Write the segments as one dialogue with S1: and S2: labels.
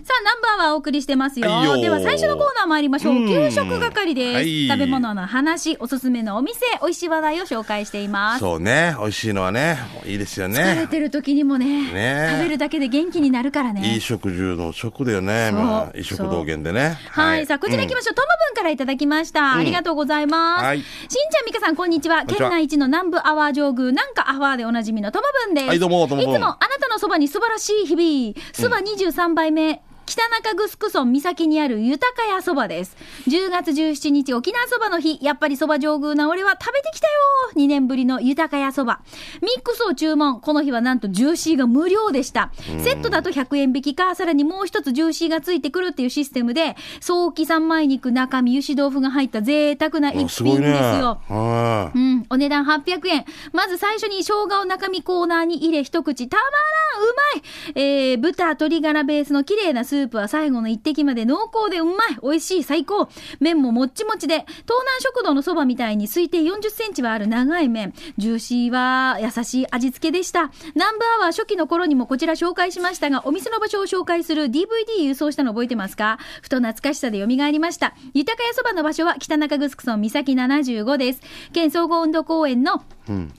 S1: さあ、ナンバーはお送りしてますよ。
S2: はいよ
S1: では、最初のコーナー参りましょう。
S2: うん
S1: 給食係です、
S2: はい
S1: 食べ物の話、おすすめのお店、美味しい話題を紹介しています。
S2: そうね、美味しいのはね、いいですよ
S1: 疲れ
S2: ね。
S1: てる時にもね
S2: ね
S1: 食べるだけで元気になるからね。
S2: いい食住の食だよね、
S1: そう
S2: まあ、いい食道源でね。
S1: はい、さあ、こちら行きましょう。トムブンからいただきました。ありがとうございます。
S2: はい
S1: しんちゃん、みかさん、こんにちは。
S2: こんにち
S1: 県
S2: は
S1: 内一の南部アワー上宮、なんかアワーでおなじみのトムブンです。
S2: はいどうもトムブン
S1: いつもあなたのそばに素晴らしい日々。そば23杯目。北中城村岬にある豊か屋そばです。10月17日沖縄そばの日、やっぱりそば上宮な俺は食べてきたよ !2 年ぶりの豊か屋そば。ミックスを注文。この日はなんとジューシーが無料でした。セットだと100円引きか、さらにもう一つジューシーがついてくるっていうシステムで、早期三枚肉、中身、油脂豆腐が入った贅沢な
S2: うん
S1: 一
S2: すごい
S1: 品
S2: ね。
S1: ですよ。
S2: は
S1: う
S2: い。
S1: ん、お値段800円。まず最初に生姜を中身コーナーに入れ一口。たまらんうまいえー、豚、鶏ガラベースの綺麗なスープは最後の一滴まで濃厚でうまい美味しい最高麺ももっちもちで、東南食堂のそばみたいに推定40センチはある長い麺。ジューシーは優しい味付けでした。ナンバーは初期の頃にもこちら紹介しましたが、お店の場所を紹介する DVD 郵送したの覚えてますかふと懐かしさで蘇りました。豊か屋そばの場所は北中城村岬75です。県総合運動公園の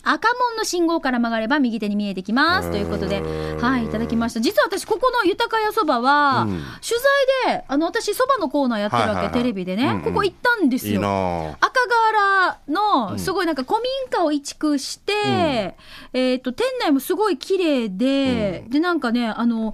S1: 赤門の信号から曲がれば右手に見えてきます。ということで、はい、いただきました。実は私、ここの豊か屋そばは、取材で、あの、私、そばのコーナーやってるわけ、
S2: はいはいはい
S1: テレビで
S2: うんう
S1: ね
S2: ん、
S1: ここ行ったんです
S2: い
S1: よ。
S2: いなぁ。
S1: 赤瓦のすごいなんか古民家を移築して、えっ、と店内もすごい綺麗で、でなんかねあの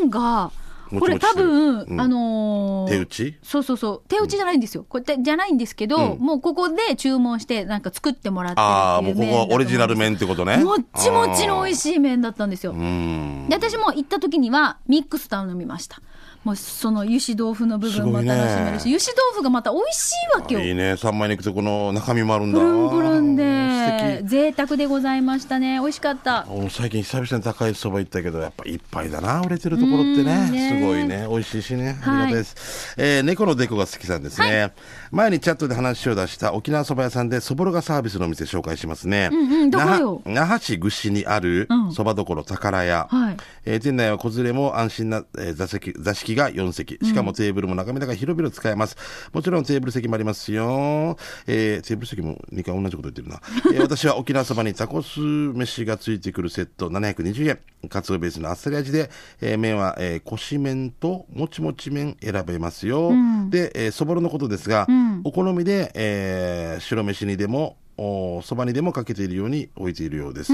S1: 麺が
S2: もちもち
S1: これ多分、
S2: してるうん
S1: あのー
S2: 手打ち
S1: そうそうそう手打ちじゃないんですよ、これ手じゃないんですけど、もうここで注文してなんか作ってもらって
S2: ああ、
S1: る
S2: も
S1: っ
S2: う
S1: て
S2: こ
S1: いう
S2: こはオリジナル麺ってことね。
S1: もっちもちの美味
S2: しい。
S1: しい麺だったんですよ、
S2: うん。
S1: で私も行った時にはミックス頼みましたもうその油脂豆腐の部分も楽しめるし、
S2: すごい
S1: 油脂豆腐がまた美味しいわけよ
S2: いいね、三枚肉とこの中身もあるんだ。
S1: ブルンブルン
S2: 素
S1: で
S2: 敵。
S1: 贅沢でございましたね美味しかった
S2: 俺も最近久々に高いそば行ったけど、やっぱいっぱいだな、売れてるところってね。
S1: うんね
S2: すごいね、美味しいしね。あり
S1: はい
S2: がたいです。えー猫のデコが好きさんですね。前にチャットで話を出した沖縄そば屋さんでそぼろがサービスのお店紹介しますね。
S1: うんうんどこよ
S2: 那覇那覇市串にある
S1: うん
S2: そばどころ宝屋。
S1: はい
S2: えー店内は子連れも安心な、えー座席、座敷が4席。しかもテーブルも中身だから広々使えます。もちろんテーブル席もありますよ。えーテーブル席も2回同じこと言ってるな。えー私は沖縄そばにタコス飯がついてくるセット720円。カツオベースのあっさり味で、えー麺は、えー、こし麺ともちもち麺選べますよ。で、えーそぼろのことですが、
S1: ん
S2: お好みで、えー白飯にでも、おそばにでもかけているように置いているようです。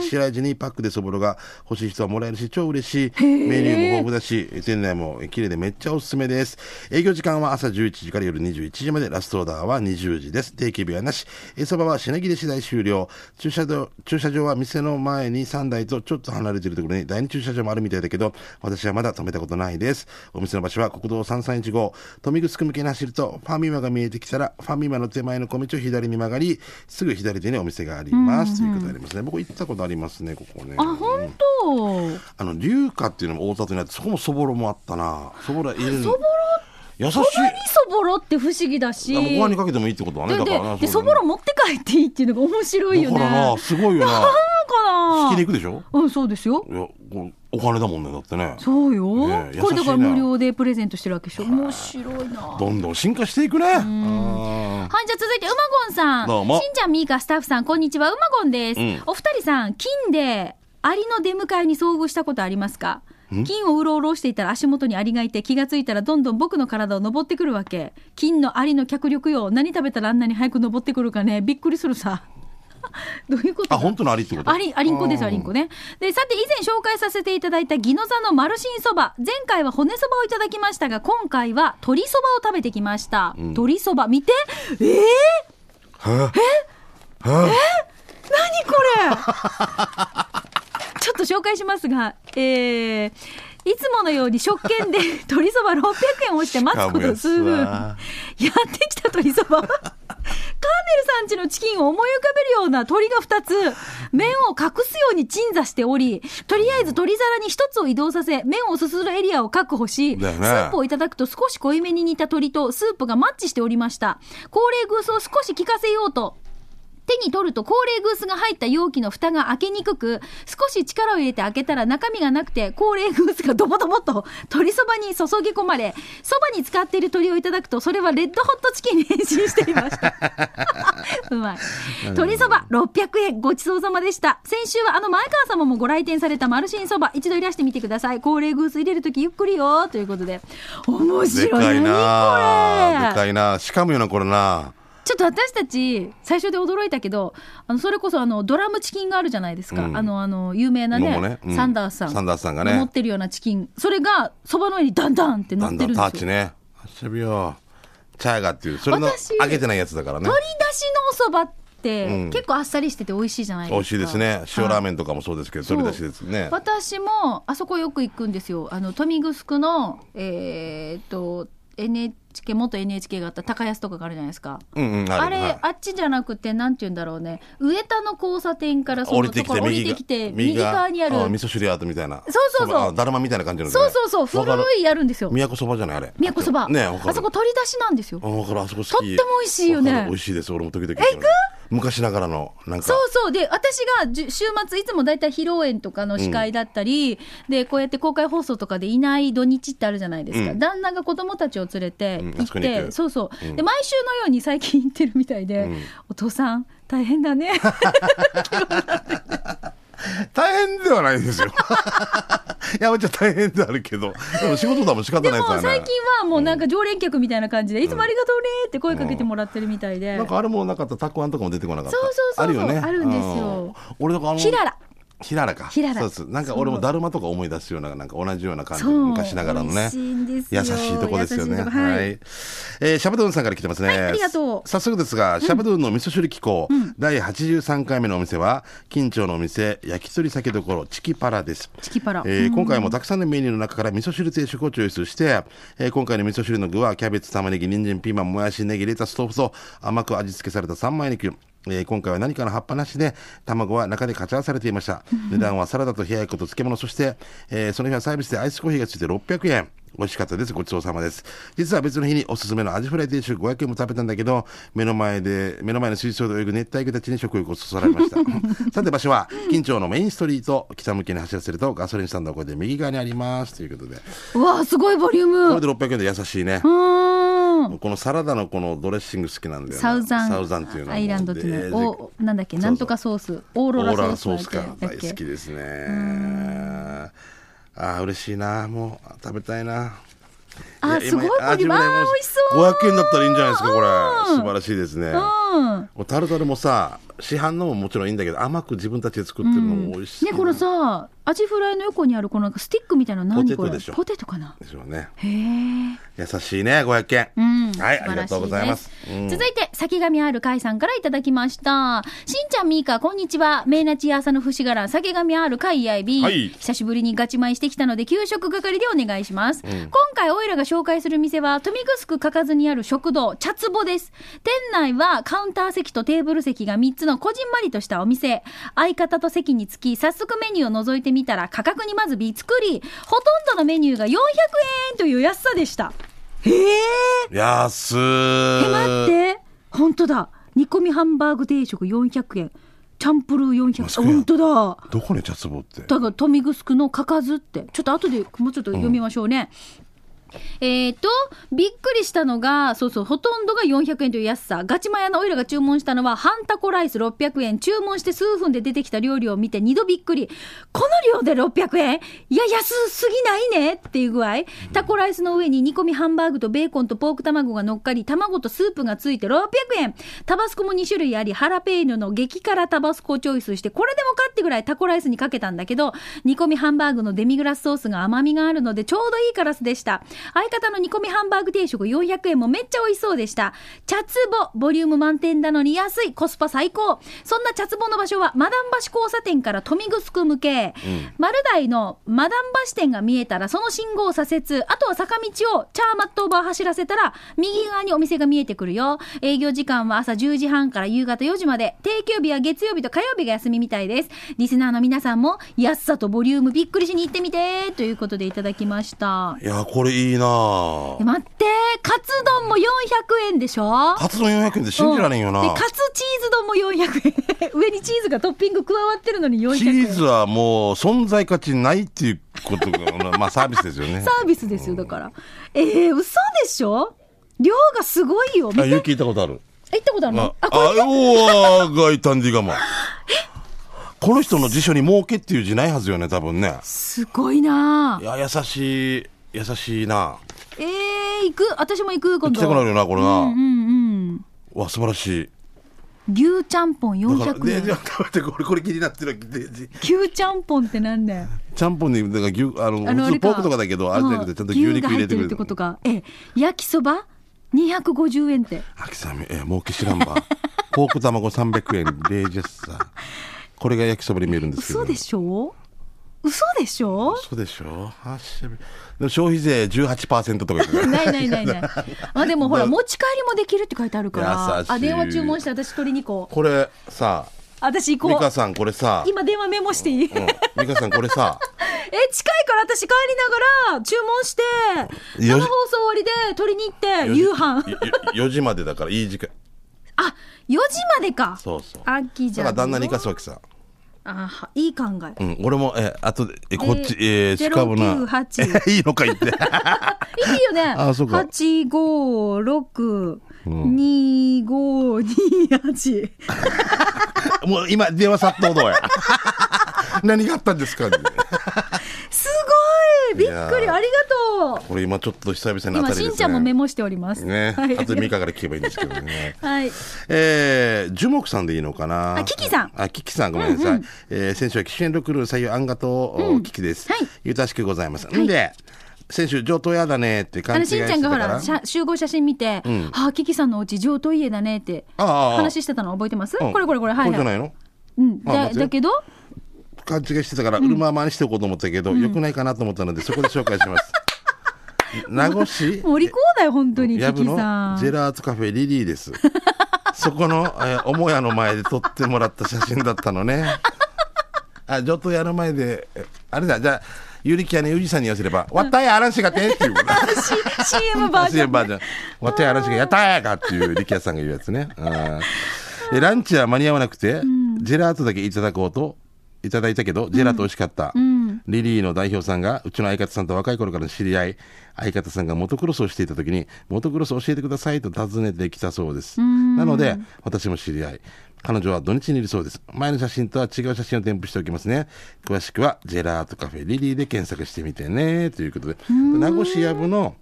S2: 白味にパックでそぼろが欲しい人はもらえるし、超嬉しい。メニューも豊富だし、店内も綺麗でめっちゃおすすめです。営業時間は朝11時から夜21時まで、ラストオーダーは20時です。定期日はなし。えそばは品切れ次第終了。駐車場、駐車場は店の前に3台とちょっと離れているところに第二駐車場もあるみたいだけど、私はまだ止めたことないです。お店の場所は国道3315号、富城向けに走ると、ファミマが見えてきたら、ファミマの手前の小道を左に曲がり、すぐ左手にお店があります。ということでありますね。僕行ったことありますね、ここね。
S1: あ本当
S2: あの、龍華っていうのも大里にあって、そこもそぼろもあったな。そぼろ入れる。
S1: そぼろ
S2: 優しい。
S1: 何そぼろって不思議だし
S2: あご飯にかけてもいいってことだね。
S1: で
S2: だ
S1: で
S2: からな
S1: でそぼろ持って帰っていいっていうのが面白いよ
S2: だ
S1: ね
S2: からな、すごい よな。
S1: な
S2: ひ
S1: んか
S2: き
S1: な
S2: 肉でしょ
S1: うんそうですよ
S2: いや、こお金だもんね、だってね。
S1: そうよ、
S2: ねえ
S1: これだから
S2: 優しいな
S1: 無料でプレゼントしてるわけでしょ面白いな
S2: どんどん進化していくね。あー
S1: はい、じゃあ続いて、うまごんさん。
S2: どうも
S1: しんちゃん、みーか、スタッフさん、こんにちは。うまごんです。
S2: うん
S1: お二人さん、金で、アリの出迎えに遭遇したことありますか金をうろうろしていたら足元にアリがいて気がついたらどんどん僕の体を登ってくるわけ。金のアリの脚力よ。何食べたらあんなに早く登ってくるかね。びっくりするさ。 どういうことだ
S2: あ、本当のアリってこと
S1: あり、ありんこです、
S2: あー
S1: ありんこね。で、さて、以前紹介させていただいたギノザのマルシンそば。前回は骨そばをいただきましたが、今回は鶏そばを食べてきました。鶏そば、見てえー、
S2: は
S1: 何これ ちょっと紹介しますが、えーいつものように食券で鶏そば600円をして待つこと数分
S2: しかもやつ
S1: や
S2: は
S1: ってきた鶏そばはカーネルさん家のチキンを思い浮かべるような鳥が2つ麺を隠すように鎮座しておりとりあえず鶏皿に1つを移動させ麺をすするエリアを確保し、
S2: だよ
S1: ス
S2: ね
S1: ープをいただくと少し濃いめに煮た鶏とスープがマッチしておりました高齢グースを少し効かせようと手に取ると高齢グースが入った容器の蓋が開けにくく、少し力を入れて開けたら中身がなくて、高齢グースがドボドボっと鶏そばに注ぎ込まれ、そばに使っている鶏をいただくと、それはレッドホットチキンに変身していました。 うまい。鶏そば600円、ごちそうさまでした。先週はあの前川様もご来店されたマルシンそば、一度いらしてみてください。高齢グース入れるときゆっくりよ、ということで。面
S2: で
S1: 白い。
S2: か
S1: 何
S2: い
S1: これ
S2: なでかいなしかもよなこれな
S1: ちょっと私たち最初で驚いたけどあのそれこそあのドラムチキンがあるじゃないですか、
S2: うん
S1: あのあの有名なね
S2: のもねうん
S1: サンダースさん
S2: サンダースさんがね
S1: 持ってるようなチキンそれがそばの上にダンダンって乗
S2: な
S1: っ
S2: ん
S1: て
S2: だ
S1: るん
S2: タッ
S1: です
S2: チ
S1: よ、
S2: ねしゃべよチャーガっていうそれの
S1: 私
S2: 揚げてないやつだからね
S1: 鶏だしのおそばって、
S2: うん
S1: 結構あっさりしてて美味しいじゃないですか
S2: 美味しいですね塩ラー
S1: ン
S2: メンとかもそうですけどそれだしですね
S1: 私もあそこよく行くんですよあの豊見城のえーっと NHK 元 NHK があった高安とかがあるじゃないですか
S2: うんうん
S1: あ
S2: る
S1: れ、
S2: はい
S1: あっちじゃなくて、なんて言うんだろうね、上田の交差点からその
S2: 降りて
S1: と
S2: き
S1: こ
S2: て
S1: ろ降り
S2: 右
S1: て
S2: が
S1: きて、右側にある、
S2: 味噌汁アートみたいな
S1: そうそうそう
S2: ばあだるまみたいな感じのね
S1: そうそうそう、
S2: わかる
S1: 古いやるんですよ。
S2: 宮古そばじゃないあれ
S1: 宮古そば。
S2: ねわ
S1: あ
S2: かる
S1: そこ取り出しなんですよ。
S2: あわかるあそこ好き
S1: とっても美味しいよね
S2: わかる美味しいです俺も時々行く昔ながらのなんか
S1: そうそう。で、私がじゅ週末、いつもだいたい披露宴とかの司会だったり、で、こうやって公開放送とかでいない土日ってあるじゃないですか。
S2: うん
S1: 旦那が子供たちを連れて
S2: うん
S1: 行
S2: あ
S1: っ
S2: そこに
S1: て、
S2: 行く
S1: そうそう、
S2: うん
S1: で、毎週のように最近行ってるみたいで、
S2: うん
S1: お父さん、大変だね。
S2: 大変ではないですよ いやめっちゃ大変ではあるけどでも仕事だもん仕方ない
S1: で
S2: ですか
S1: も
S2: らね
S1: 最近はもうなんか常連客みたいな感じで、いつもありがとうねって声かけてもらってるみたいで、
S2: なんかあれもなかったたくあんとかも出てこなかった
S1: そうそうそう
S2: あるよね
S1: あるんですよ
S2: うん俺とかあの
S1: ひらら
S2: ひららか
S1: ひらら
S2: そうですなんか俺もだるまとか思い出すようななんか同じような感じ
S1: そう
S2: 昔ながらの
S1: 美
S2: ね
S1: 味しいんですよ
S2: 優しいとこですよ
S1: 優し
S2: ね
S1: いとこ
S2: は、
S1: はいい
S2: えーシャバドゥンさんから来てますね、
S1: いありがとう
S2: 早速ですがシャバドゥンの味噌汁機構、第83回目のお店は近町のお店焼き鳥酒どころチキパラです
S1: チキパラ、
S2: えー今回もたくさんのメニューの中から味噌汁定食をチョイスして、えー今回の味噌汁の具はキャベツ玉ねぎ人参ピーマンもやしネギレタス豆腐と甘く味付けされた三枚肉えー今回は何かの葉っぱなしで卵は中でかち合わされていました値段はサラダと冷ややっこと漬物そして、えーその日はサービスでアイスコーヒーがついて600円美味しかったですごちそうさまです実は別の日におすすめのアジフライ定食500円も食べたんだけど目の前で目の前の水槽で泳ぐ熱帯魚たちに食欲をそそら れましたさて場所は近町のメインストリート北向きに走らせるとガソリンスタンドこれで右側にありますということで
S1: うわあすごいボリュー
S2: こ
S1: ム
S2: れで600円で優しいね
S1: うーん
S2: このサラダのこのドレッシング好きなんだよね
S1: サウザン
S2: サウザンっていうの
S1: アイランドって
S2: で
S1: いうのおなんだっけ
S2: そうそう
S1: なんとかソースオーロラ
S2: オーロラ
S1: ソ
S2: ソ
S1: ー
S2: ー
S1: ス
S2: ス
S1: だっ
S2: か
S1: け
S2: 大好きですねああ嬉しいなもう食べたいな
S1: あ
S2: いや
S1: すごいボリューム
S2: 今
S1: あー
S2: もう
S1: 美味しそう
S2: 500円だったらいいんじゃないですかこれ
S1: うん
S2: 素晴らしいですね
S1: うん
S2: もうタルタルもさ市販のももちろんいいんだけど甘く自分たちで作ってるのも美味しい、
S1: ねこのさアジフライの横にあるこのなんかスティックみたいなの何これ
S2: ポテトでしょ
S1: ポテトかな
S2: でしょうね
S1: へえ
S2: 優しいね500円、
S1: うん、
S2: はい
S1: 素晴らし
S2: ありがとうございます
S1: です
S2: うん
S1: 続いて、先神ある海さんからいただきました。しんちゃん、みーか、こんにちは。めいなちやさの節柄、先神ある海やいび。
S2: はい
S1: 久しぶりにガチ舞してきたので、給食係でお願いします。今回、オイラが紹介する店は、豊見城かかずにある食堂、茶壺です。店内は、カウンター席とテーブル席が3つのこじんまりとしたお店。相方と席につき、早速メニューを覗いてみたら、価格にまずびっくり。ほとんどのメニューが400円という安さでした。へええ
S2: 安
S1: 待っ
S2: ー
S1: て本当だ煮込みハンバーグ定食400円チャンプルー400円
S2: マスクやん
S1: 本当だ
S2: どこに茶壺って
S1: だから富城のかかずってちょっと後でもうちょっと読みましょうね、えーとびっくりしたのがそうそうほとんどが400円という安さガチマヤのオイラが注文したのは半タコライス600円注文して数分で出てきた料理を見て2度びっくりこの量で600円いや安すぎないねっていう具合タコライスの上に煮込みハンバーグとベーコンとポーク卵が乗っかり卵とスープがついて600円タバスコも2種類ありハラペーニョの激辛タバスコをチョイスしてこれでもかってぐらいタコライスにかけたんだけど煮込みハンバーグのデミグラスソースが甘みがあるのでちょうどいいカラスでした相方の煮込みハンバーグ定食400円もめっちゃ美味しそうでした茶壺ボリューム満点なのに安いコスパ最高そんな茶壺の場所はマダン橋交差点から富城向け、丸大のマダン橋店が見えたらその信号を左折あとは坂道をチャーマットオーバー走らせたら右側にお店が見えてくるよ営業時間は朝10時半から夕方4時まで定休日は月曜日と火曜日が休みみたいですリスナーの皆さんも安さとボリュームびっくりしに行ってみてということでいただきました
S2: いやこれいいな
S1: え待ってカツ丼も400円でしょ
S2: カツ丼400円で信じられんよな
S1: で。カツチーズ丼も400円 上にチーズがトッピング加わってるのに400円
S2: チーズはもう存在価値ないっていうことが、まあサービスですよ ね
S1: サ。ービスですよだからえー、嘘でしょ量がすごいよ見
S2: あ、
S1: て
S2: よく聞いたことある。
S1: え行ったことあるのあ
S2: あ、
S1: これ
S2: おー、がいたんで がま。この人の辞書に儲けっていう字ないはずよね、多分ね。
S1: すごいない
S2: や、優しい、優しいな。
S1: えー、行く私も行く今
S2: 来
S1: 度
S2: たくなるよな、これな。
S1: うんうん
S2: わ、素晴らしい。
S1: 牛ちゃんぽん
S2: だから、
S1: 400
S2: で、じ
S1: 円
S2: ゃあ、待って、これ、これ気になってるわけで、で
S1: 牛ちゃんぽんってなん だよ
S2: ちゃんぽんに、だから牛、あの、
S1: あの
S2: 普
S1: あ
S2: 通
S1: れ
S2: ポークとかだけど、あれじゃなくて、ちゃんと牛肉
S1: うん牛が
S2: 入れてく
S1: 入ってる
S2: れ
S1: って
S2: る
S1: こ。とかええ焼きそば250円って
S2: 秋さん、えー、儲け知らんば。 ポーク卵300円、レージェッサー。これが焼きそばに見えるんですけど。
S1: 嘘でしょ嘘でしょ
S2: そうでしょあしゃべでも消費税18%とか言ってた
S1: ないないない ない。あでもほら持ち帰りもできるって書いてあるから
S2: 優。しい
S1: あ電話注文して私取りに行こう。
S2: これさ
S1: 私行
S2: 美
S1: こ
S2: 香
S1: う。
S2: さんこれさ、
S1: 今電話メモしていい、
S2: うん、美香さんこれさ
S1: え近いから私帰りながら注文して
S2: よし
S1: 生放送終わりで取りに行って 夕飯
S2: よよ4時までだからいい時間
S1: あ4時までか
S2: そうそうだ
S1: 秋じ
S2: か
S1: ゃん
S2: ら旦那に生かすわけさ、
S1: あはいい考え
S2: うん、俺もえあとでえこっち
S1: え
S2: えー、しかもな
S1: 098
S2: いいのか言って
S1: いいよね。
S2: あそうか
S1: 八五六二五二八。
S2: もう今電話殺到どうや 何があったんですかって
S1: すごいびっく
S2: い
S1: り
S2: やー
S1: ありがとう
S2: これ今ちょっと久々に当たり
S1: 今、
S2: ですね
S1: しんちゃんもメモしております。
S2: ね、
S1: はい。
S2: あとで美香から聞けばいいんですけどね
S1: はい。
S2: えー、樹木さんでいいのかな
S1: あキキさん
S2: あ、キキさん、ごめんなさい。えー、先週はキシエンドクルー採用アンガと、おキキです。
S1: はい
S2: ゆたしくございます。んで、先週、上等やだねって
S1: あ
S2: 感
S1: の、
S2: じ
S1: し
S2: し
S1: んちゃ
S2: てた
S1: んがほ、
S2: からら。
S1: しゃ集合写真見て、ああ、キキさんのお家上等家だねって
S2: ああああ
S1: 話してたの覚えてます
S2: うん
S1: これこれこれ、はい
S2: これじゃ
S1: はい。
S2: ないの
S1: うん。
S2: あ
S1: だ
S2: 待って
S1: だけど、
S2: 勘違いしてたから、うるままにしておこうと思ったけど、良くないかなと思ったので、そこで紹介し ます。名護市
S1: もうお利口だよ、本当に、
S2: や
S1: キ
S2: ぶ
S1: キ
S2: の
S1: さ
S2: ジェ
S1: ん。
S2: ラーツカフェリリー です。そこの、えー、母屋の前で撮ってもらった写真だったのね。あ、上等屋の前で、えあれだ、じゃあ、ゆりきやね、ゆじさんに寄せれば、わったやあらんしがてっていう。
S1: C- CM バージョン。
S2: バージョン。わったやあらんしが、やったーやかっていう力也さんが言うやつ ね。あーえランチは間に合わなくて、ジェラートだけいただこうと、いただいたけど、ジェラート美味しかった。リリーの代表さんが、うちの相方さんと若い頃からの知り合い、相方さんがモトクロスをしていた時に、モトクロス教えてくださいと尋ねてきたそうです。なので、私も知り合い。彼女は土日にいるそうです。前の写真とは違う写真を添付しておきますね。詳しくは、ジェラートカフェリリーで検索してみてね。ということで、名護市やぶの、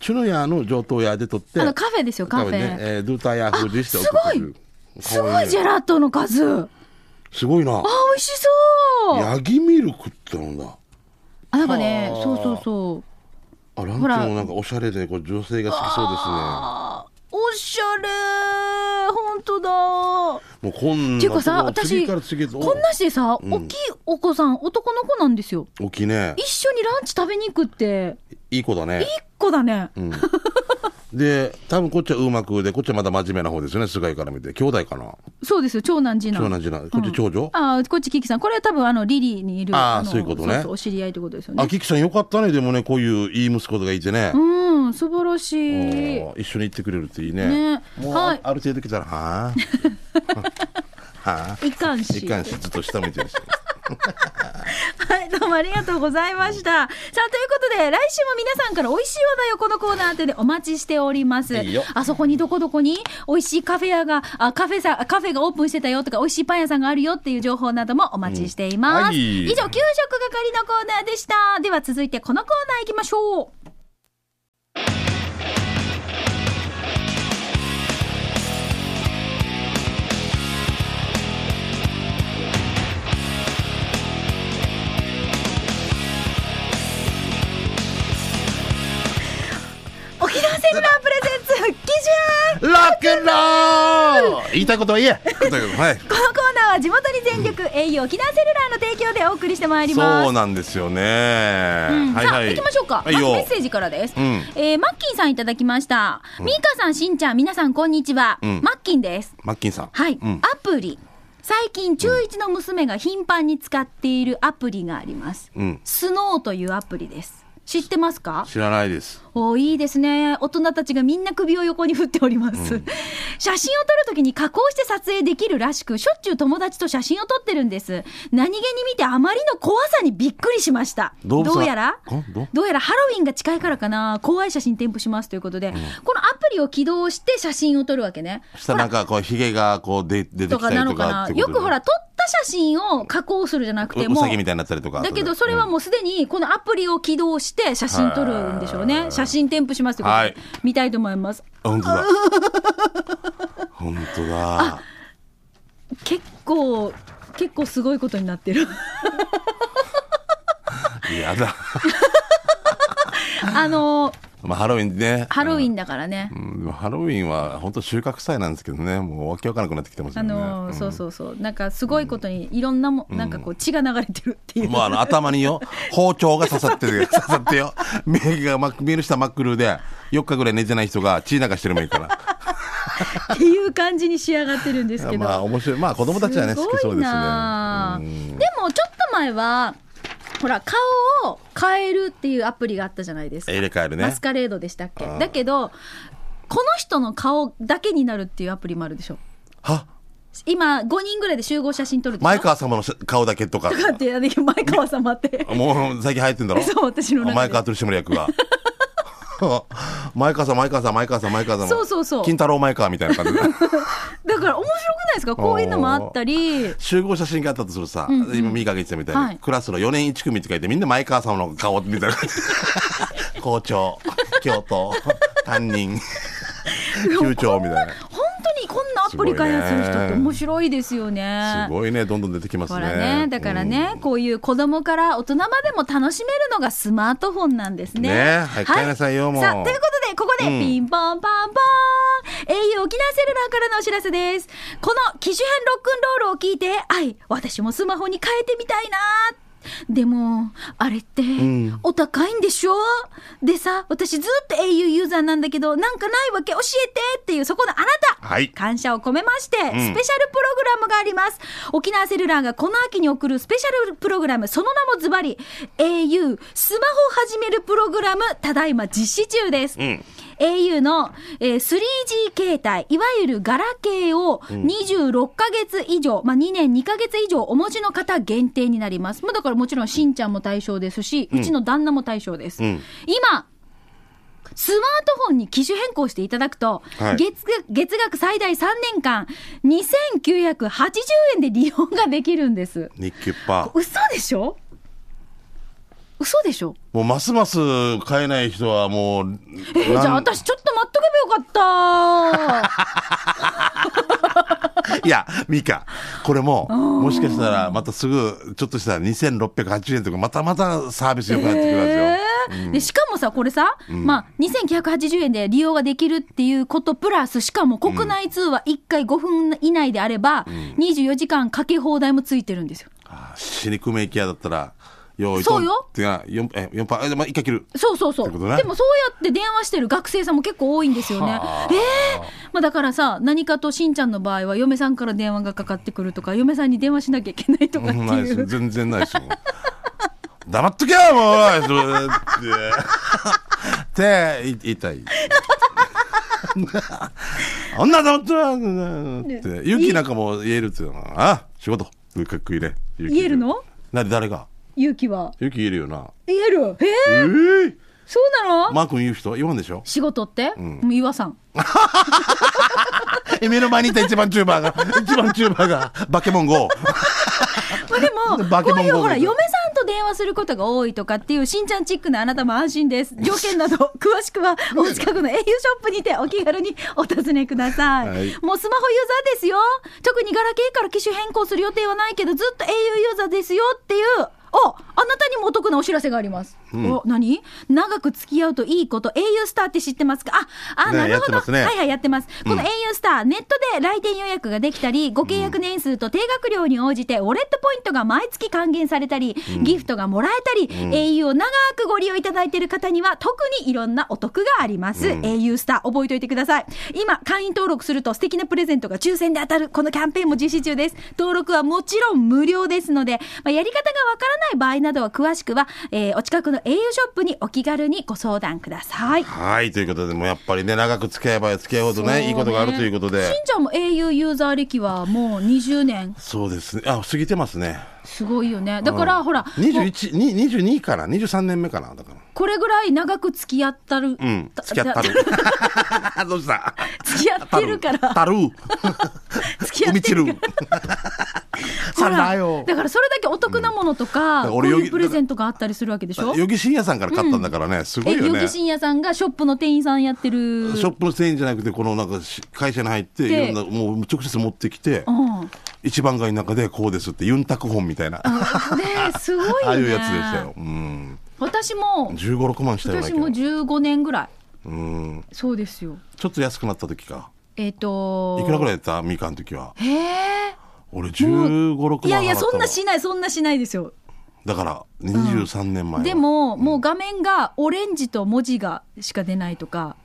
S2: チュノヤの上等屋で撮って、
S1: あのカフェですよカフェ
S2: ねえードゥータヤ風にして送ってくる
S1: す
S2: かわ
S1: ご
S2: ね
S1: いジェラートの数。あー、
S2: すごいな
S1: 美。味しそう。
S2: ヤギミルクってなんだ。
S1: あ、なんかね
S2: は、あ
S1: そうそうそう。
S2: あランチも
S1: ほら
S2: なんかおしゃれでこう女性が好きそうです
S1: あーおしゃれー本当だ
S2: ね。もうこん
S1: っ
S2: な
S1: ていうかさ
S2: とこ
S1: 私
S2: 次から次へと
S1: こんなしてさ、大きいお子さん男の子なんですよ
S2: お大きいね。
S1: 一緒にランチ食べに行くって
S2: いい子だね
S1: 一。個だね、
S2: で多分こっちはうまくでこっちはまだ真面目な方ですよね。菅井から見て兄弟かな。
S1: そうですよ長男次男
S2: 長男次男こっち長女。
S1: あーこっちキキさんこれは多分あのリリーにいる
S2: あー
S1: の
S2: そういうことね
S1: そうお知り合いってことですよ
S2: あ
S1: ね
S2: キキさんよかったねでもねこういういい息子がいてね。
S1: うん素晴らしい
S2: おー一緒に行ってくれるっていいね
S1: ね。
S2: もう
S1: は
S2: あ
S1: い
S2: ある程度来たらはあ。は あ。
S1: いかんし
S2: 一貫してずっと下向いてるし。
S1: はい、どうもありがとうございました。さあ、ということで、来週も皆さんから美味しい話題をこのコーナー宛てでお待ちしております。
S2: いいよ
S1: あそこにどこどこに美味しいカフェ屋が、あ、カフェさ、カフェがオープンしてたよとか、美味しいパン屋さんがあるよっていう情報などもお待ちしています。
S2: うんはい
S1: 以上、給食係のコーナーでした。では続いてこのコーナー行きましょう。沖縄セルラープレゼンツ、基準
S2: ロックンロール言いたいことは言えはい。
S1: このコーナーは地元に全力、栄養沖縄セルラーの提供でお送りしてまいります。
S2: そうなんですよね。
S1: うん
S2: はい
S1: さ
S2: は
S1: あ
S2: い。
S1: 行きましょうか、
S2: はいよ
S1: まずメッセージからです、
S2: うん
S1: えーマッキンさんいただきました、ミカさんしんちゃん皆さんこんにちは、
S2: ん
S1: マッキンです
S2: マッキンさん。
S1: はい、
S2: うん
S1: アプリ最近中1の娘が頻繁に使っているアプリがあります、
S2: うん
S1: スノーというアプリです知ってますか
S2: 知らないです
S1: おいいですね。大人たちがみんな首を横に振っております。写真を撮るときに加工して撮影できるらしく、しょっちゅう友達と写真を撮ってるんです。何気に見てあまりの怖さにびっくりしました。ど
S2: 動物は
S1: うやら
S2: あど
S1: どうやらハロウィンが近いからかな、怖い写真添付しますということで、このアプリを起動して写真を撮るわけね。
S2: したらなんかこうひげがこうで出て
S1: と
S2: きた
S1: か
S2: り
S1: な
S2: と
S1: の
S2: か
S1: かな。
S2: ってこと
S1: よくほら、撮った写真を加工するじゃなくて
S2: うう
S1: も
S2: さぎみたいになったりとか
S1: だけど、それはもうすでにこのアプリを起動して写真撮るんでしょう
S2: は
S1: ね。
S2: い
S1: 写真添付しますということで、
S2: はい
S1: 見たいと思います。
S2: あ本当だ本当だ
S1: 結構、結構すごいことになって る。
S2: やだ
S1: あの、
S2: まあハロウィンね
S1: ハロウィンだからね。
S2: うんでもハロウィンは本当収穫祭なんですけどねもうわけわからなくなってきてます
S1: あ
S2: よね
S1: の
S2: うん
S1: そうそうそう、なんかすごいことにいろんなも、なんかこう血が流れてるっていう。
S2: もうあの頭によ、包丁が刺さってる、刺さってよ。目が真っ、目の下真っ黒で、4日ぐらい寝てない人が血流してるもいいから。
S1: っていう感じに仕上がってるんですけど。
S2: まあ面白い。まあ子供たちはね、好き
S1: す
S2: そ
S1: ご
S2: う
S1: い
S2: ですね。
S1: なあ
S2: うん
S1: でもちょっと前は、ほら、顔を変えるっていうアプリがあったじゃないですか。
S2: 入れ替える
S1: マ
S2: ね
S1: ス。カレードでしたっけ。だけど、この人の顔だけになるっていうアプリもあるでしょ。
S2: は
S1: 今、5人ぐらいで集合写真撮るでしょ。
S2: 前川様の顔だけと か
S1: と。かって、前川様って。
S2: もう最近流行ってんだ ろ。
S1: そう、私の中で。
S2: 前川取締 役が。前川さん、前川さん、前川さん、前川さん。
S1: そうそうそう
S2: 金太郎前川みたいな感じで。
S1: だから面白くないですかこういうのもあったり。
S2: 集合写真があったとするさ、今ミカが言ってたみたいに、
S1: はい
S2: クラスの4年1組って書いてみんな前川さんの顔 みたいな校長教頭担任球長みたい
S1: 本当にこんなアプリ開発する人って面白いですよね。
S2: なすごいねどんどん出てきます
S1: ほ
S2: ね
S1: らね、だからね、こういう子供から大人までも楽しめるのがスマートフォンなんですね。
S2: ねえはい帰りなさいよもう
S1: さあ、ということで、ここで、
S2: うん
S1: ピンポンパンポーン au 沖縄セルラーからのお知らせです。この機種編ロックンロールを聞いて、あい、私もスマホに変えてみたいなでも、あれって、
S2: ん
S1: お高いんでしょでさ、私ずっと au ユーザーなんだけど、なんかないわけ教えてっていう、そこのあなた
S2: うんはい
S1: 感謝を込めまして、スペシャル
S2: ん
S1: プログラムがあります。沖縄セルラーがこの秋に送るスペシャルプログラム、その名もズバリ、au スマホ始めるプログラム、ただいま実施中です。
S2: うん
S1: au の、えー 3G 携帯、いわゆるガラケーを26ヶ月以上、まあ2年2ヶ月以上お持ちの方限定になります。まあだからもちろんしんちゃんも対象ですし、うちの旦那も対象です。
S2: うん
S1: 今、スマートフォンに機種変更していただくと、
S2: はい
S1: 月額月額最大3年間、2980円で利用ができるんです。
S2: 日給パー
S1: 嘘でしょ嘘でしょ
S2: もうますます買えない人はもう
S1: えーじゃあ
S2: なん
S1: 私ちょっと待っとけばよかった。
S2: いやミカこれももしかしたらまたすぐちょっとしたら2680円とかまたまたサービス良くなってくるんですよ、
S1: えーでしかもさ、これさ、まあ、2980円で利用ができるっていうことプラス、しかも国内通話1回5分以内であれば、24時間かけ放題もついてるんですよ。
S2: あー死肉メイキアだったら、用意
S1: そうよ
S2: てか、4、え、四パー、え、まあ、一回切る。
S1: そうそうそう。
S2: ってことね
S1: でもそうやって電話してる学生さんも結構多いんですよね
S2: は。
S1: ええまあだからさ、何かとしんちゃんの場合は、嫁さんから電話がかかってくるとか、嫁さんに電話しなきゃいけないとかって
S2: ないで
S1: い
S2: すよ。
S1: う。
S2: 全然ないですよ。黙っとけよ、もうおいそれって、って、い言いたい。女黙っとけって、勇気なんかも言えるっていうのはな、あ、仕事、かっこいいね。勇 気
S1: 言えるの
S2: なんで誰が
S1: 勇気は。
S2: 勇気言えるよな。
S1: 言える。ええ
S2: えー
S1: そうなの、
S2: マー君言う人言わんでしょ
S1: 仕事って、もう岩さん。
S2: え、目の前にいた一番チューバーが、一番チューバーが、バケモン GO。
S1: まあでも、
S2: バケ
S1: こ
S2: モ
S1: う
S2: ン
S1: いうほら、
S2: ゴールド
S1: 嫁さんと電話することが多いとかっていう、しんちゃんチックなあなたも安心です。 条件など、詳しくは、お近くの au ショップにてお気軽にお尋ねください。
S2: はい
S1: もうスマホユーザーですよ。特にガラケーから機種変更する予定はないけど、ずっと au ユーザーですよっていう、おあなたにもお得なお知らせがあります。お何長く付き合うといいこと、au スターって知ってますかあ、あ、
S2: ね
S1: なる
S2: やっ
S1: ほ
S2: て
S1: ど。
S2: ますね
S1: はいはい、やってます。この au スター、ネットで来店予約ができたり、ご契約年数と定額料に応じて、ウォレットポイントが毎月還元されたり、ギフトがもらえたり、au を長くご利用いただいている方には、特にいろんなお得があります。au スター、覚えておいてください。今、会員登録すると素敵なプレゼントが抽選で当たる、このキャンペーンも実施中です。登録はもちろん無料ですので、まあ、やり方がわからない場合などは詳しくは、えーお近くの au ショップにお気軽にご相談ください。し
S2: はい、ということで、もうやっぱりね、長く付き合えば付き合うほどね、いいことがあるということで。
S1: んちゃんも au ユーザー歴はもう20年。
S2: そうですね。あ、過ぎてますね。
S1: すごいよね。だから、ほら、もう
S2: 21、に22かな ?23 年目かなだから。
S1: これぐらい長く付き合ったる。
S2: うん。
S1: た
S2: 付き合ったる。 どうした
S1: 付き合ってるから。
S2: たる。
S1: 付き合っ
S2: 海
S1: て
S2: 散
S1: る
S2: る
S1: から。。
S2: さ
S1: ほら
S2: だよ。
S1: だからそれだけお得なものとか、
S2: うん
S1: こう
S2: 俺よ
S1: いう
S2: ぎ
S1: プレゼントがあったりするわけでしょ
S2: ヨギ深夜さんから買ったんだからね、すご
S1: え、
S2: いよ
S1: よ
S2: ね。
S1: き
S2: シ
S1: しんやさんがショップの店員さんやってる。
S2: ョップの店員じゃなくて、このなんかし会社に入って、い
S1: で
S2: ろんな、もう直接持ってきて
S1: う、ん。
S2: 一番街の中でこうですって、ユンタク本みたいな、あ
S1: ねすごいよね。
S2: あいうやつでしたよ。うん。
S1: 私も、
S2: 15、6万したような
S1: 私
S2: 気
S1: も
S2: が。
S1: 15年ぐらい。
S2: うん。
S1: そうですよ。
S2: ちょっと安くなった時か。
S1: えっ、と
S2: いくらぐらいやったみかんの時は。
S1: へえ。
S2: 俺15、6万払ったわ
S1: いやいや、そんなしない、そんなしないですよ。
S2: だから、23年前は。
S1: でも、もう画面がオレンジと文字がしか出ないとか、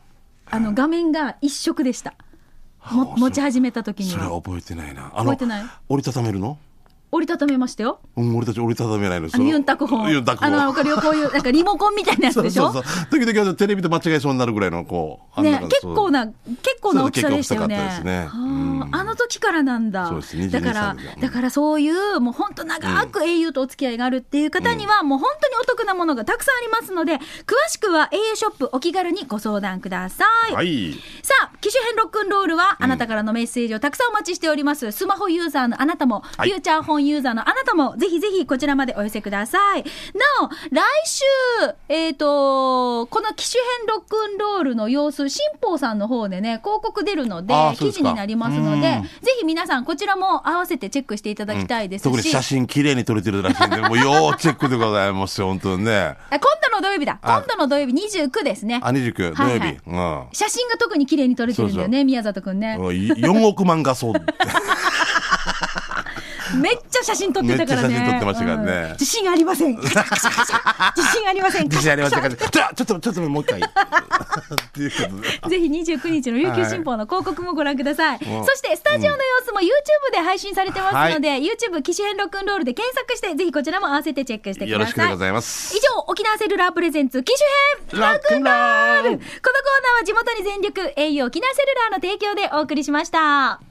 S1: あの画面が一色でした。も
S2: ああ
S1: 持ち始めた時に
S2: それ
S1: は。
S2: は覚えてないな。あ
S1: 覚えてない
S2: 折りたためるの
S1: 折りたためましたよ。
S2: うん、俺たち折りたためないの。
S1: あ
S2: そ
S1: の
S2: の
S1: ユンタク本。
S2: ユンタク
S1: あ
S2: 本。
S1: の、わかるよ、こういう、なんかリモコンみたいなやつ
S2: そ
S1: で
S2: う
S1: し
S2: そう
S1: ょ
S2: そう。時々テレビと間違えそうになるぐらいの、こう。
S1: ね
S2: あんな、
S1: 結構。
S2: そう
S1: な、結構な大きさでしたよね。
S2: そうです結構大きかったですね
S1: は
S2: うん
S1: ああの時からなんだ。
S2: そうです22
S1: だから
S2: 歳ですよ、うん
S1: だからそういう、もう本当長く au とお付き合いがあるっていう方には、もう本当にお得なものがたくさんありますので、詳しくは au ショップお気軽にご相談ください。
S2: はい。
S1: さあ、機種編ロックンロールは、あなたからのメッセージをたくさんお待ちしております。スマホユーザーのあなたも、
S2: はい
S1: フューチャー本ユーザーのあなたも、ぜひぜひこちらまでお寄せください。なお、来週、えっ、と、この機種編ロックンロールの様子、新報さんの方でね、広告出るので
S2: ああ、そ
S1: 記
S2: うです
S1: 事
S2: か
S1: になりますので、
S2: うん
S1: ぜひ皆さん、こちらも合わせてチェックしていただきたいですし、
S2: 特に写真綺麗に撮れてるらしいんで、もう要チェックでございますよ、本当にね。
S1: あ今度の土曜日だ。今
S2: あ
S1: 度の土曜日29ですね。
S2: 兄塾、土曜日。
S1: はいはい
S2: うん。
S1: 写真が特に綺麗に撮れてるんだよ
S2: そう
S1: ね、宮里くんね。
S2: 4億万画素。
S1: めっちゃ写真撮ってたからね。
S2: めっちゃ写真撮ってましたからね
S1: うん自信ありませ ん。カシャカシャカシャ自信ありません。
S2: 自信ありましたか じゃあ、ちょっと、 ちょっともう一回。っていうことで。
S1: ぜひ29日の琉球新報の広告もご覧ください。
S2: うん
S1: そして、スタジオの様子も YouTube で配信されてますので、YouTube 機種編ロックンロールで検索して、ぜひこちらも合わせてチェックしてく
S2: よ
S1: だ
S2: ろしくで
S1: さい
S2: ご。ざいます
S1: 以。上、沖縄セルラープレゼンツ機種編ロックンロール
S2: ロ
S1: このコーナー
S2: ックンロール
S1: は地元に全力、栄誉沖縄セルラーの提供でお送りしました。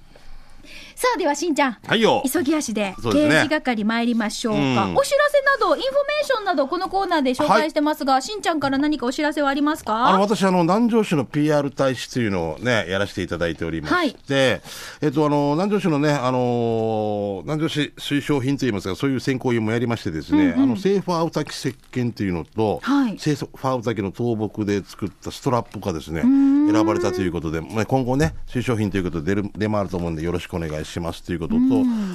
S1: さあ、ではしんちゃん。
S2: はいよ。
S1: 急ぎ足で
S2: そうです
S1: 刑
S2: ね
S1: 事係参りましょうか
S2: うん
S1: お知らせなどインフォメーションなどこのコーナーで紹介してますが、しんちゃんから何かお知らせはあります
S2: あの
S1: か
S2: 私あの南城市の PR 大使というのをねやらせていただいておりまして、えっとあの南城市のねあの南城市推奨品といいますかそういう選考委員もやりましてですね、あのセーファーウタキ石鹸というのと、
S1: はい
S2: セーファーウタキの倒木で作ったストラップがですね選ばれたということで、まあ、今後ね推奨品ということで出る出回ると思うんでよろしくお願いしますということと、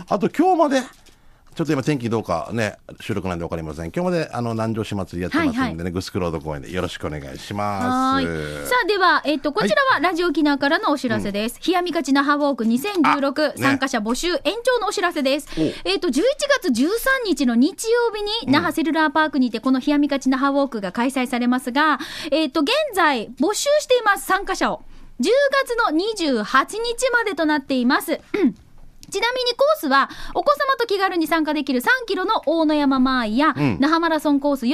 S2: あと今日までちょっと今天気どうかね、収録なんでわかりません。今日まであの南城市祭りやってますんでね、
S1: はいは
S2: グスクロード公園でよろしくお願いします。
S1: はーいさあでは、えっとこちらはラジオ沖縄からのお知らせです、冷やみがちなハウォーク2016、
S2: あね
S1: 参加者募集延長のお知らせです
S2: お
S1: えっと11月13日の日曜日に那覇セルラーパークにてこの冷やみがちなハウォークが開催されますが、えっと現在募集しています参加者を10月の28日までとなっています ちなみにコースは、お子様と気軽に参加できる3キロの大野山マーイや、
S2: ん
S1: 那覇マラソンコース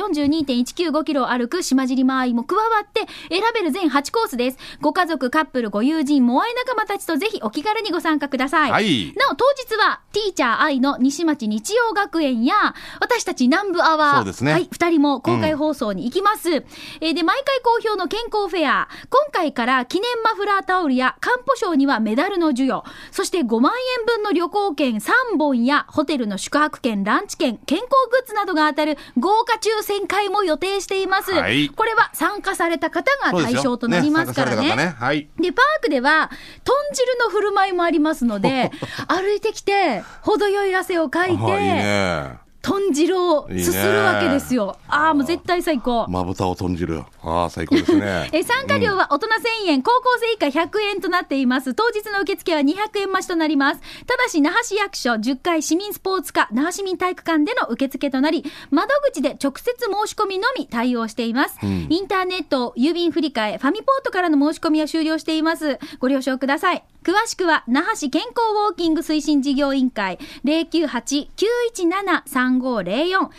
S1: 42.195キロを歩く島尻マーイも加わって、選べる全8コースです。ご家族、カップル、ご友人、モアイ仲間たちとぜひお気軽にご参加ください。
S2: はい
S1: なお、当日は、ティーチャー愛の西町日曜学園や、私たち南部アワー、
S2: そうですね
S1: はい、二人も公開放送に行きます。えーで、毎回好評の健康フェア。今回から記念マフラータオルや、漢方賞にはメダルの授与。そして5万円分の旅行券3本や、ホテルの宿泊券、ランチ券、健康グッズなどが当たる豪華抽選会も予定しています。
S2: はい
S1: これは参加された方が
S2: そうです
S1: 対
S2: よ
S1: 象となりますから
S2: ね参加され
S1: ね
S2: た方ねはい。
S1: で、パークでは、豚汁の振る舞いもありますの で、歩いてきて、程よい汗をかい
S2: あーいい
S1: て、
S2: ね。
S1: 豚汁をすするわけですよ。ああ、もう絶対最高。
S2: まぶたを豚汁。ああ、最高ですね
S1: 。え参加料は大人1000円、高校生以下100円となっています。当日の受付は200円増しとなります。ただし、那覇市役所10階市民スポーツ課、那覇市民体育館での受付となり、窓口で直接申し込みのみ対応しています。インターネット、郵便振り替え、ファミポートからの申し込みは終了しています。ご了承ください。詳しくは、那覇市健康ウォーキング推進事業委員会、098-917-35 3504、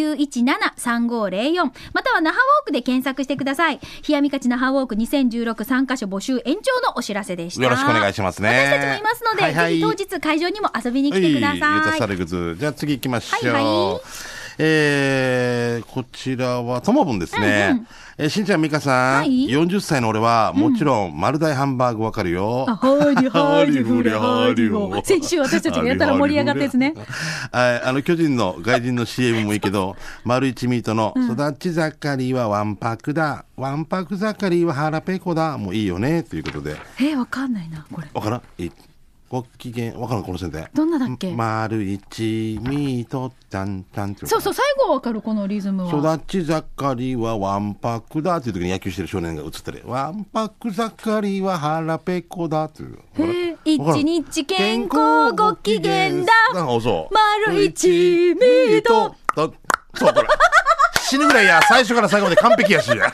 S1: 098-917-3504、または那覇ウォークで検索してください。冷やみかち那覇ウォーク2016参加所募集延長のお知らせでした。
S2: よろしくお願いしますね
S1: 私たちもいますので、
S2: はいはい
S1: ぜひ当日会場にも遊びに来てくだ
S2: はいゆうた
S1: さい。
S2: さるぐず。じゃあ次行きましょう。
S1: はいはい
S2: えー、こちらはともぶんですね。えーしんちゃん、みかさん、
S1: はい
S2: 40歳の俺は、もちろん、丸大ハンバーグわかるよ。
S1: あハーリーハーリーフレハーリー
S2: ハーリーフレ
S1: を先週私たちがやったら盛り上がったやつね。
S2: はい、あの、巨人の外人の CM もいいけど、丸一ミートの、育ち盛りはワンパクだ、ワンパク盛りは腹ペコだ、もういいよね、ということで。
S1: えーわかんないな、これ。
S2: わからんえご機嫌、わからんこの線で。
S1: どんなだっけ
S2: 丸一ミート、たんたんって。
S1: そうそう、最後はわかる、このリズムは。
S2: 育ち盛りはわんぱくだっていう時に野球してる少年が映ってる。わんぱく盛りは腹ペコだっていう。
S1: へえ
S2: ほら
S1: 一日健康ご機嫌だ
S2: なんかそう。
S1: 丸一ミート。
S2: だそう、これ。死ぬぐらいや、最初から最後まで完璧 やし。いや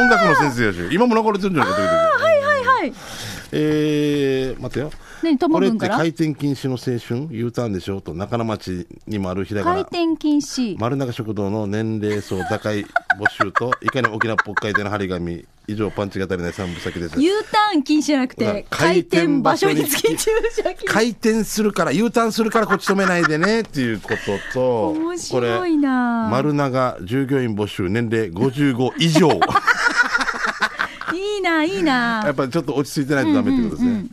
S2: 音楽の先生やし。今も残れてるんじゃないか、時々
S1: はいはいはい。
S2: えー、待てよ。
S1: 何、とも
S2: これっ
S1: ぶん
S2: て
S1: から
S2: 回転禁止の青春 ?U ターンでしょと、中野町にもあるひらが
S1: 回
S2: な。
S1: 転禁止。
S2: 丸中食堂の年齢層高い募集と、いかに沖縄ぽっかり手の張り紙、以上パンチが足りない三部先です。
S1: U ターン禁止じゃなくて、回
S2: 回
S1: 転
S2: 転
S1: 場
S2: 場
S1: 所
S2: 所
S1: に
S2: に
S1: つ
S2: つ
S1: き
S2: き
S1: 駐車禁止。
S2: 回転するから、U ターンするからこっち止めないでね、っていうことと、
S1: 面白いな
S2: これ丸長従業員募集年齢55以 上。
S1: いいな、いい
S2: や
S1: な
S2: っ。ぱりちょっと落ち着いてないとダメってことですね。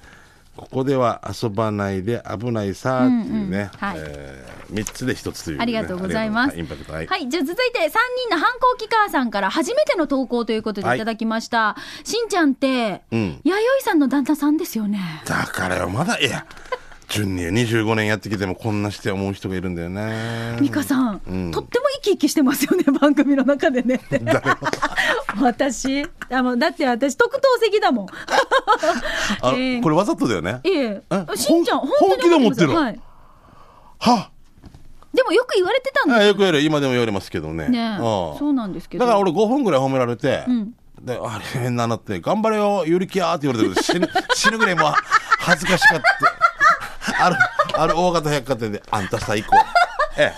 S2: ここでは遊ばないで危ないさーっていうね、
S1: うんうんはい
S2: えー三つで一つというね、
S1: ありがとうございます。
S2: ありがとうございますインパクト、はい
S1: はい。じゃあ続いて3人の反抗期母さんから初めての投稿ということでいただきました。しんちゃんって、
S2: うん
S1: 弥生さんの旦那さんですよね。
S2: だからよ、まだ、いや、順に25年やってきてもこんなして思う人がいるんだよね。
S1: 美香さん、
S2: うん
S1: とっても生き生きしてますよね、 番組の中でね。
S2: 誰も
S1: 私あの、だって私、特等席だもん。
S2: あ の
S1: ええ
S2: これわざとだよね。
S1: ええ、
S2: え
S1: しんちゃん、
S2: ほ
S1: 本当に
S2: ん本気で思ってる
S1: 思ます
S2: は
S1: はい。でもよく言われてたん
S2: あ
S1: で
S2: よく言われる、今でも言われますけどね。
S1: すね。
S2: うん
S1: そうなんですけど。
S2: だから俺5本ぐらい褒められて、
S1: ん
S2: で、あれ変ななって、頑張れよ、ゆりきやーって言われてる 死ぬ、死ぬぐらいもう恥ずかしかった。ある、ある大型百貨店で、あんた最高。ええ。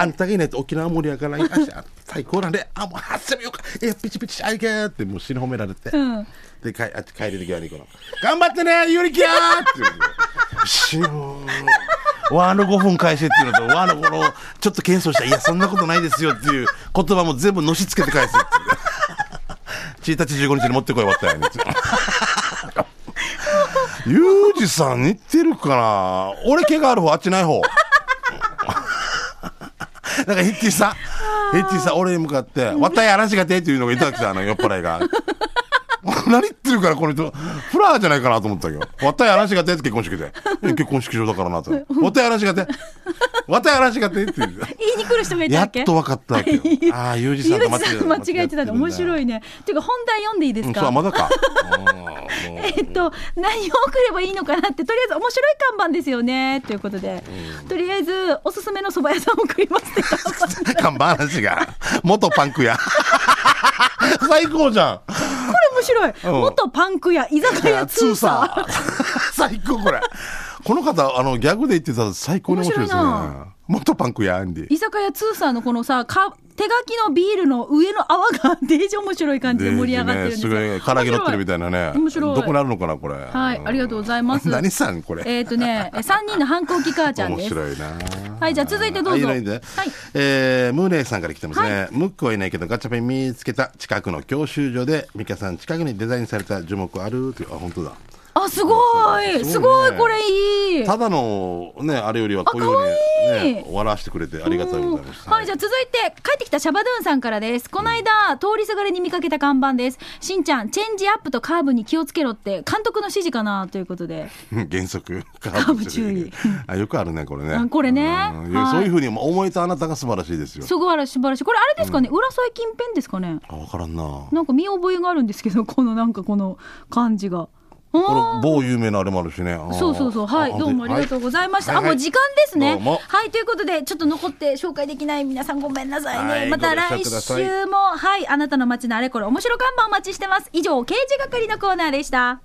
S2: あんたがいないと沖縄盛り上がらないあしあ最高なんで、あ、もう発せよか。ええ、ピチピチしあいけーって、もう死ぬ褒められて。
S1: うん
S2: で、かいあ帰りの際にこの、頑張ってね、ゆりきやーって言うの。死ぬ。 和の5分返せっていうのと、和のこの、ちょっと謙遜した、いや、そんなことないですよっていう言葉も全部のしつけて返すっていう。1日15日に持ってこい終わったよね。ユージさん似てるかな俺毛がある方、あっちない方。なんかヒッティさん、ヒッティさん、俺に向かって、わたい話がてっていうのがいただきた、あの酔っ払いが。 何言ってるからこの人フラーじゃないかなと思ったけど「わたい話がて」って結婚式で「え結婚式場だからな」と「わたい話がて」「わたい話がて」 って言って
S1: 言いに来る人がいた
S2: や
S1: っ
S2: っ
S1: け
S2: と分かったわけ よああユージさんと間違
S1: ゆうじ
S2: え
S1: さん間違えてたの面白
S2: い
S1: いね。っていうか、本題読んでいいで
S2: う
S1: す
S2: ん
S1: か、
S2: そうまだか
S1: えっと、何を送ればいいのかなって、とりあえず面白い看板ですよね、ということで、とりあえず、おすすめの蕎麦屋さんを送りますって 看板こ
S2: 看板話が元パンクや 最高じゃん
S1: れ面白い、
S2: うん
S1: 元パンク屋、居酒屋
S2: ツー
S1: 通さ
S2: サー 最高これこの方あのギャグで言ってたら最高に面白いですね
S1: 面白いな
S2: 元パンクやアンディ
S1: 居酒屋通さんのこのさか手書きのビールの上の泡が デージ面白い感じで盛り上がってるんですよ、
S2: ね、すごい唐揚げ乗ってるみたいなね
S1: 面白い
S2: どこなるのかなこれは
S1: はいありがとうございます
S2: 何さんこれ
S1: えっ、とねえ三人の反抗期母ちゃんです
S2: 面白いな
S1: はいじゃあ続いてどうぞ
S2: あいいねいいね
S1: はい
S2: えームーネーさんから来てますね、ムックはいないけどガチャペン見つけた近くの教習所でミカさん近くにデザインされた樹木あるっていうあ本当だ
S1: あすごいす
S2: す
S1: ご
S2: ごいね
S1: いこれいい
S2: ただのねあれよりはこういうふ
S1: あ
S2: う
S1: かわいい
S2: に、ね、笑わせてくれてありがとうございました
S1: はい、じゃあ続いて、帰ってきたシャバドゥンさんからです。この間、通りすがりに見かけた看板です。しんちゃん、チェンジアップとカーブに気をつけろって、監督の指示かなということで。
S2: 原則カ
S1: ーブ注意
S2: あよくあるねこれ
S1: あ
S2: ね
S1: これね
S2: うん
S1: はい
S2: そういうふうに思えたあなたが素晴らしいですよ
S1: すごい素晴らしい。これあれですかね、浦添近辺ですかね。
S2: あ分からんな
S1: なんか見覚えがあるんですけど、このなんかこの感じが。
S2: こ
S1: あ
S2: の某有名なあれもあるしね。
S1: ーそうそうそう。はい。どうもありがとうございました。あ、もう時間ですね。
S2: どうも
S1: はい。ということで、ちょっと残って紹介できない皆さんごめんなさいね。
S2: はい
S1: また
S2: ご了承
S1: 来
S2: ください
S1: 週も、はい。あなたの街のあれこれ面白看板お待ちしてます。以上、刑事係のコーナーでした。